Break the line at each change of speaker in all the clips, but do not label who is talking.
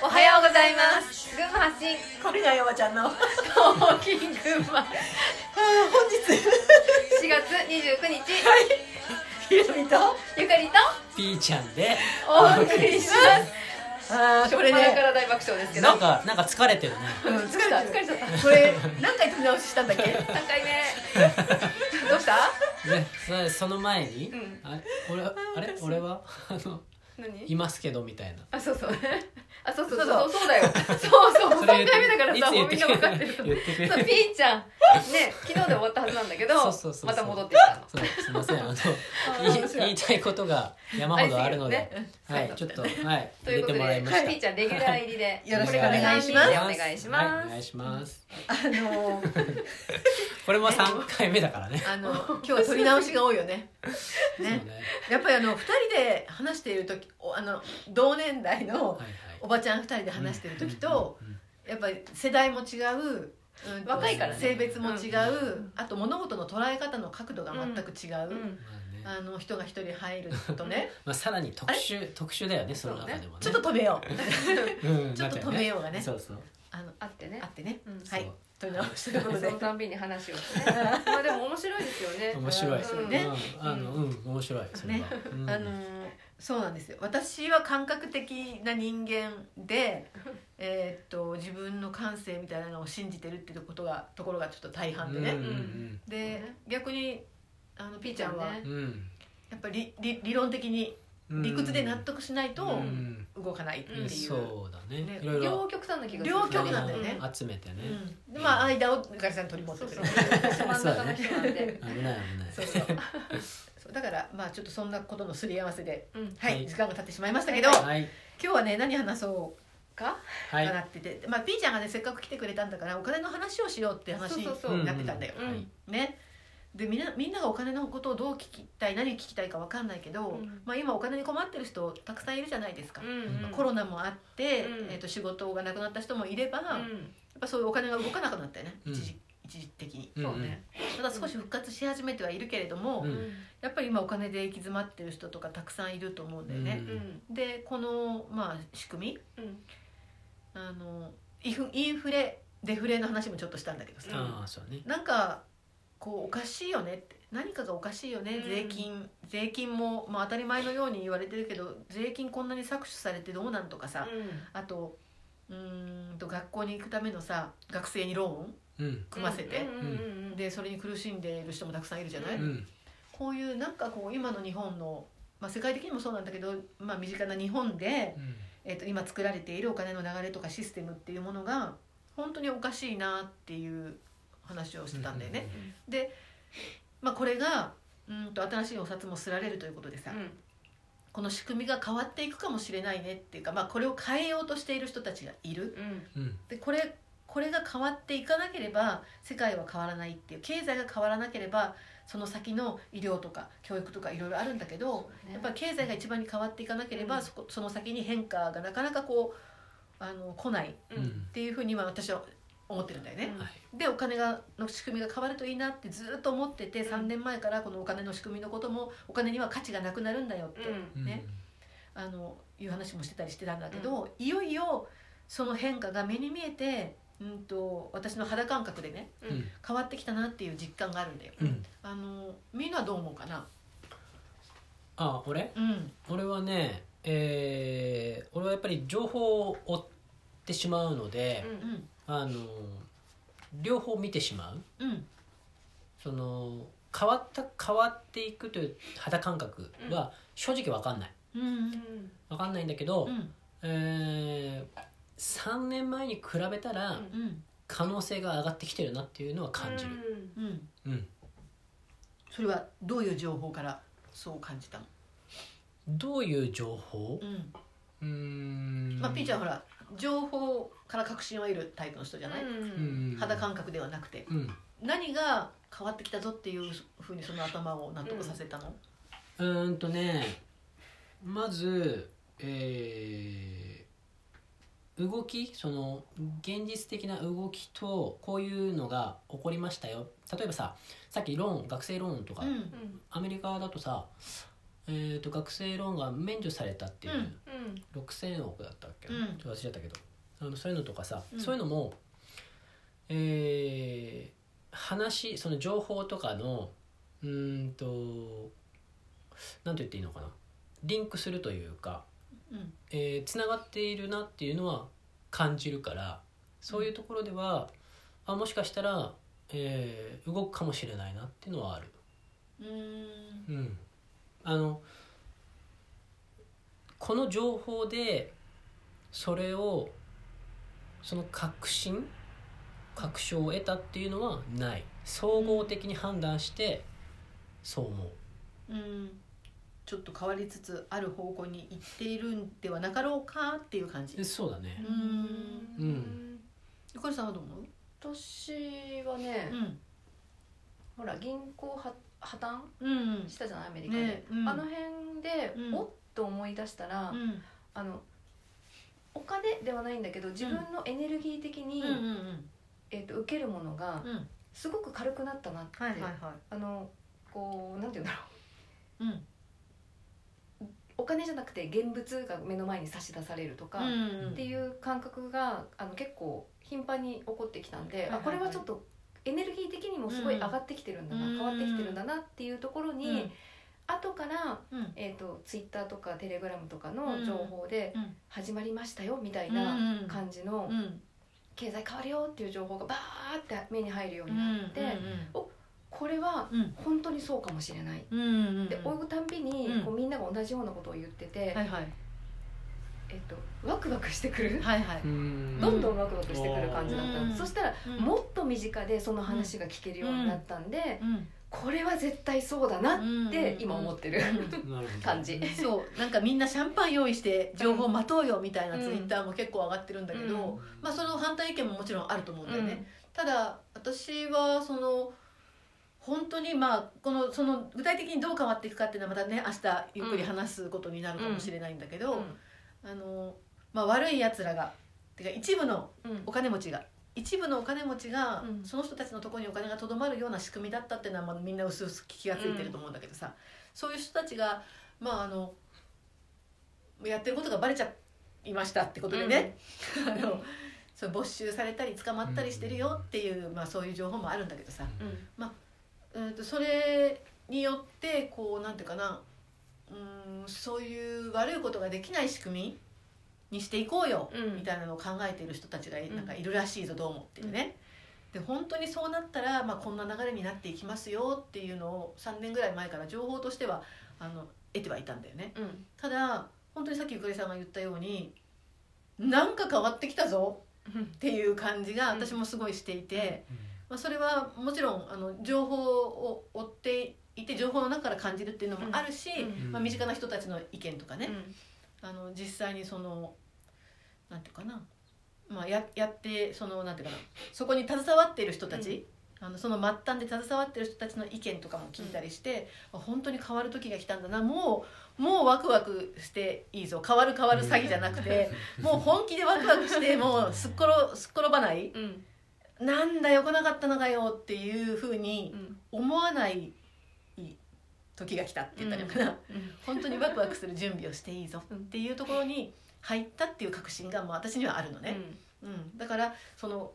おはようございます群馬発信
これがヨバちゃんの本
トーキン群馬4
日
月29日
ひろみと
ゆかりと
ピーちゃんで
お送りし
あ
ます
ーこ
こ
れ
れ
ね
から大爆笑ですけど
なんかなんか疲れてるね
うん疲れ
疲
て
れ
る
ちゃった
これ何回撮り直ししたんだっ け
3回目 どうした
ねそその前に、
うん
あれ俺あれ俺は あの
何
いますけどみたいな
あそうそうあそうそうそ
そうう
そそ
そうう
うだよそうそう3
そ
回
れ
目だからさも
言
う
っ
み
て
んな分かってると思う
言ってくれる
そうピーちゃんね昨日で終わったはずなんだけ ど
そうそうそうそう
また戻ってきたの
そうすいませんあの
ー
言
面
い
白い
言いたいことが山ほどあるので、
ありすぎる
は
はい
いちょっとはい
という
入れ
こ
て
とで
もらいました、
ピーちゃんレギュラー入りで
よろしくお
これから
願いし
三
ます
人でお願いし
は
ま
いお願い
す
します
あのー
これも三回目だからね
あの今日は撮り直しが多いよね
そう
ね
ね
やっぱりあの2人で話している時おあの同年代の
はいはい
おばちゃん2人で話している時と、
うんうん
やっぱり世代も違う、うんと
若いからね
性別も違う、
ん
あと物事の捉え方の角度が全く違う、
うん
まあね
あの人が一人入ると ね
まあ、さらに特殊特殊だよねその中でもね
ちょっと止めよう
うん
ちょっと
中で
止めようがね
そうそう
あの
あってね
あってね
うん
はい
そう
取り直しということ
そ
で
のたんびに話をしてねまあでも面白いですよね
面白い
面白い
ね
ね、
うん、あのうん面白いそれは、うん、
あのーそうなんですよ私は感覚的な人間 で、えーっと自分の感性みたいなのを信じてるっていうことがところがちょっと大半でね、
うん
で逆にあのピーちゃんは
ね
うんうん
やっぱり理理理論的に
うん
理屈で納得しない
うん
と動かないって
う
い
ん
う、
そうだね
ね
いろい
両
ろ
極端な気がする
両極なんだよね
うん集めてね、
うんでまあ間をゆかりさん取り持って
そう
くれ
そ
る
う真ん中の人なんで、
危ない危ない
そうそうそうだからまあちょっとそんなことのすり合わせで、
うん
はい
はい
時間が経ってしまいましたけど、今
はい
日はね何話そう
か
は
か
い
なってて、まあ、ピーちゃんがねせっかく来てくれたんだからお金の話をしようって話
そう
に
そうそう
う
なってたんだよ。
うん
はい
ねでみんなみんながお金のことをどう聞きたい何聞きたいかわかんないけど、
うん
まあ、今お金に困ってる人たくさんいるじゃないですか。
うんうん
コロナもあって、
うん
えー、と仕事がなくなった人もいれば、
う
やっ
ん
ぱそういうお金が動かなくなったよね、
うん
一時一時的に
ん
そうね
ただ少し復活し始めてはいるけれども、
うん
やっぱり今お金で行き詰まってる人とかたくさんいると思うんだよね
う、ん
でこの、まあ、仕組み
うん
あのインフインフレデフレの話もちょっとしたんだけどさ、
ああそうね
なんかこうおかしいよねって何かがおかしいよね、
うん
税金税金も、まあ、当たり前のように言われてるけど税金こんなに搾取されてどうなんとかさ、あとうーんと学校に行くためのさ学生にローン
うん
組ませて、
うんうんうんうん
でそれに苦しんでいる人もたくさんいるじゃない、
う
うん
こういうなんかこう今の日本の、まあ、世界的にもそうなんだけど、まあ、身近な日本で、えっと今作られているお金の流れとかシステムっていうものが本当におかしいなっていう話をしてたんだよね。で、まあ、これがうんと新しいお札も刷られるということでさ、
うん
この仕組みが変わっていくかもしれないねっていうか、まあ、これを変えようとしている人たちがいる。
うん
うんうん
でこれこれが変わっていかなければ世界は変わらないっていう経済が変わらなければその先の医療とか教育とかいろいろあるんだけど
ね
やっぱり経済が一番に変わっていかなければ、
うん
そこその先に変化がなかなかこうあの来ないっ
う
うん
ん
ていうふうに今私は思ってるんだよね。
はい
でお金がの仕組みが変わるといいなってずっと思ってて
うん
3年前からこのお金の仕組みのこともお金には価値がなくなるんだよって、
うん
ねあのいう話もしてたりしてたんだけど、いよいよその変化が目に見えて、うん、と私の肌感覚でね
うんうん
変わってきたなっていう実感があるんだよ。
うん
あのみんなどう思うかな、
あ俺
うん
俺はねえー、俺はやっぱり情報を追ってしまうので、
う
うんん
あの両方見てしまう
うん
その変わった変わっていくという肌感覚は正直わかんない
うんうん
わかんないんだけど、
うん
えー、3年前に比べた
う
ら
ん
うん
可能性が上がってきてるなっていうのは感じる、
うん
うん
それはどういう情報からそう感じたの、
どういう情報
うん
うーん
まあ、ピーちゃんはほら情報から確信を得るタイプの人じゃない、
う
うん
ん
肌感覚ではなくて
うん
何が変わってきたぞっていうふうにその頭を納得させたの、
うーんとねまず、えー動きその現実的な動きとこういうのが起こりましたよ例えばささっきローン学生ローンとか、
うん
う
アメリカだとさ、ええー、と学生ローンが免除されたっていう、
うん
うん
6,000億だったっけ、
うん
ちょっと忘れたけどあのそういうのとかさ、
うん
そういうのも、えー話その情報とかのうーんとなんと言っていいのかなリンクするというか
うん
えーつながっているなっていうのは感じるからそういうところでは、あもしかしたら、えー動くかもしれないなっていうのはある。
うーん
うん、あのこの情報でそれをその確信確証を得たっていうのはない総合的に判断してそう思う
うんちょっと変わりつつある方向に行っているんではなかろうかっていう感じ
えそうだね
う、ん
う
うん
ゆかりさんはどう思う、
私はね、
ん
ほら銀行は破綻
うん
したじゃないアメリカで、
ねうん
あの辺で、
うん
おっと思い出したら、
うん
あのお金ではないんだけど自分のエネルギー的に、
うんうん
えー、と受けるものが
うんうん
すごく軽くなったなって、
はいはいは
あのこうなんて言うんだろ
いうん
うお金じゃなくて現物が目の前に差し出されるとか、
う
っ
ん
ていう感覚があの結構頻繁に起こってきたんで、
はいはいはい
あこれはちょっとエネルギー的にもすごい上がってきてるんだな、
うん
変わってきてるんだなっていうところに、後から、
うんうん
えー、とツイッターとかテレグラムとかの情報で
うん
「始まりましたよ」みたいな感じの
うん
「経済変わるよ」っていう情報がバーって目に入るよう
う
に
ん
なって、これは
うん
本当にそうかもしれない。
うんうんうん
で追うたんびに
うん
こうみんなが同じようなことを言ってて、
はいはい
えっと、ワクワクしてくる、
はいはい
うん
どんどんワクワクしてくる感じだったん
う
で
ん
すそしたら
うん
もっと身近でその話が聞けるようになったんで、
うん
これは絶対そうだなって今思ってる、
う
なるほど
感じ
んそうなんかみんなシャンパン用意して情報待とうよみたいなツイッターも結構上がってるんだけど、
うん
まあその反対意見ももちろんあると思うんだよね、
うん
ただ私はその本当にまあこのその具体的にどう変わっていくかっていうのはまたね明日ゆっくり話すことになるかもしれないんだけど、あのまあ、悪いやつらがてか一部の
うんうん
お金持ちが一部のお金持ちが、
うん
その人たちのところにお金がとどまるような仕組みだったっていうのは、まあ、みんな薄々気が付いてると思うんだけどさ、そういう人たちがまああのやってることがバレちゃいましたってことでね、 あのそう没収されたり捕まったりしてるよっていう、まあ、そういう情報もあるんだけどさ、
うん
うんとそれによってこうなんていうかなうんそういう悪いことができない仕組みにしていこうよ、
うん
みたいなのを考えている人たちが
ん
なんかいるらしいぞ、どうもっていうね。で本当にそうなったら、まあ、こんな流れになっていきますよっていうのを3年ぐらい前から情報としてはあの得てはいたんだよね
うん
ただ本当にさっきゆかりさんが言ったようになんか変わってきたぞっていう感じが私もすごいしていて、まあ、それはもちろんあの情報を追っていて情報の中から感じるっていうのもあるし、
うん
うん
まあ、身近な人たちの意見とか
う
ね、
ん
あの実際にそのなんていうかな、まあ、ややってそのなんていうかなそこに携わっている人たち、あのその末端で携わっている人たちの意見とかも聞いたりして、あ本当に変わる時が来たんだなもうもうワクワクしていいぞ変わる変わる詐欺じゃなくて、もう本気でワクワクしてもうすっころすっ転ばない。
うん
なんだよ来なかったのかよっていうふうに
うん
思わない時が来たって言ったらいいのかな、
うん
本当にワクワクする準備をしていいぞっていうところに入ったっていう確信がもう私にはあるのね、うんだからその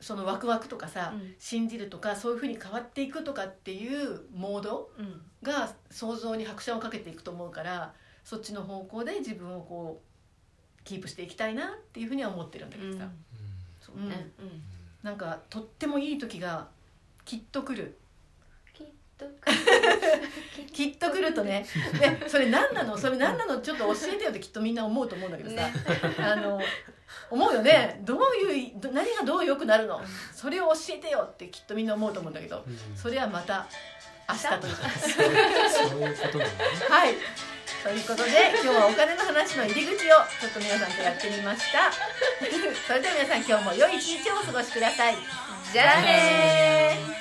そのワクワクとかさ、
うん
信じるとかそういうふうに変わっていくとかっていうモード
うん
が想像に拍車をかけていくと思うからそっちの方向で自分をこうキープしていきたいなっていうふうには思ってるんだけどさ、
そうねうん
なんかとってもいい時がきっと来る
きっと
きっと来るとね ねそれ何なのそれ何なのちょっと教えてよってきっとみんな思うと思うんだけどさ、
ね
あの思うよねどういうど何がどう良くなるのそれを教えてよってきっとみんな思うと思うんだけど
うん
それはまた明日という
そういうことなのね
はいということで今日はお金の話の入り口をちょっと皆さんとやってみました それでは皆さん今日も良い一日をお過ごしください
じゃあねー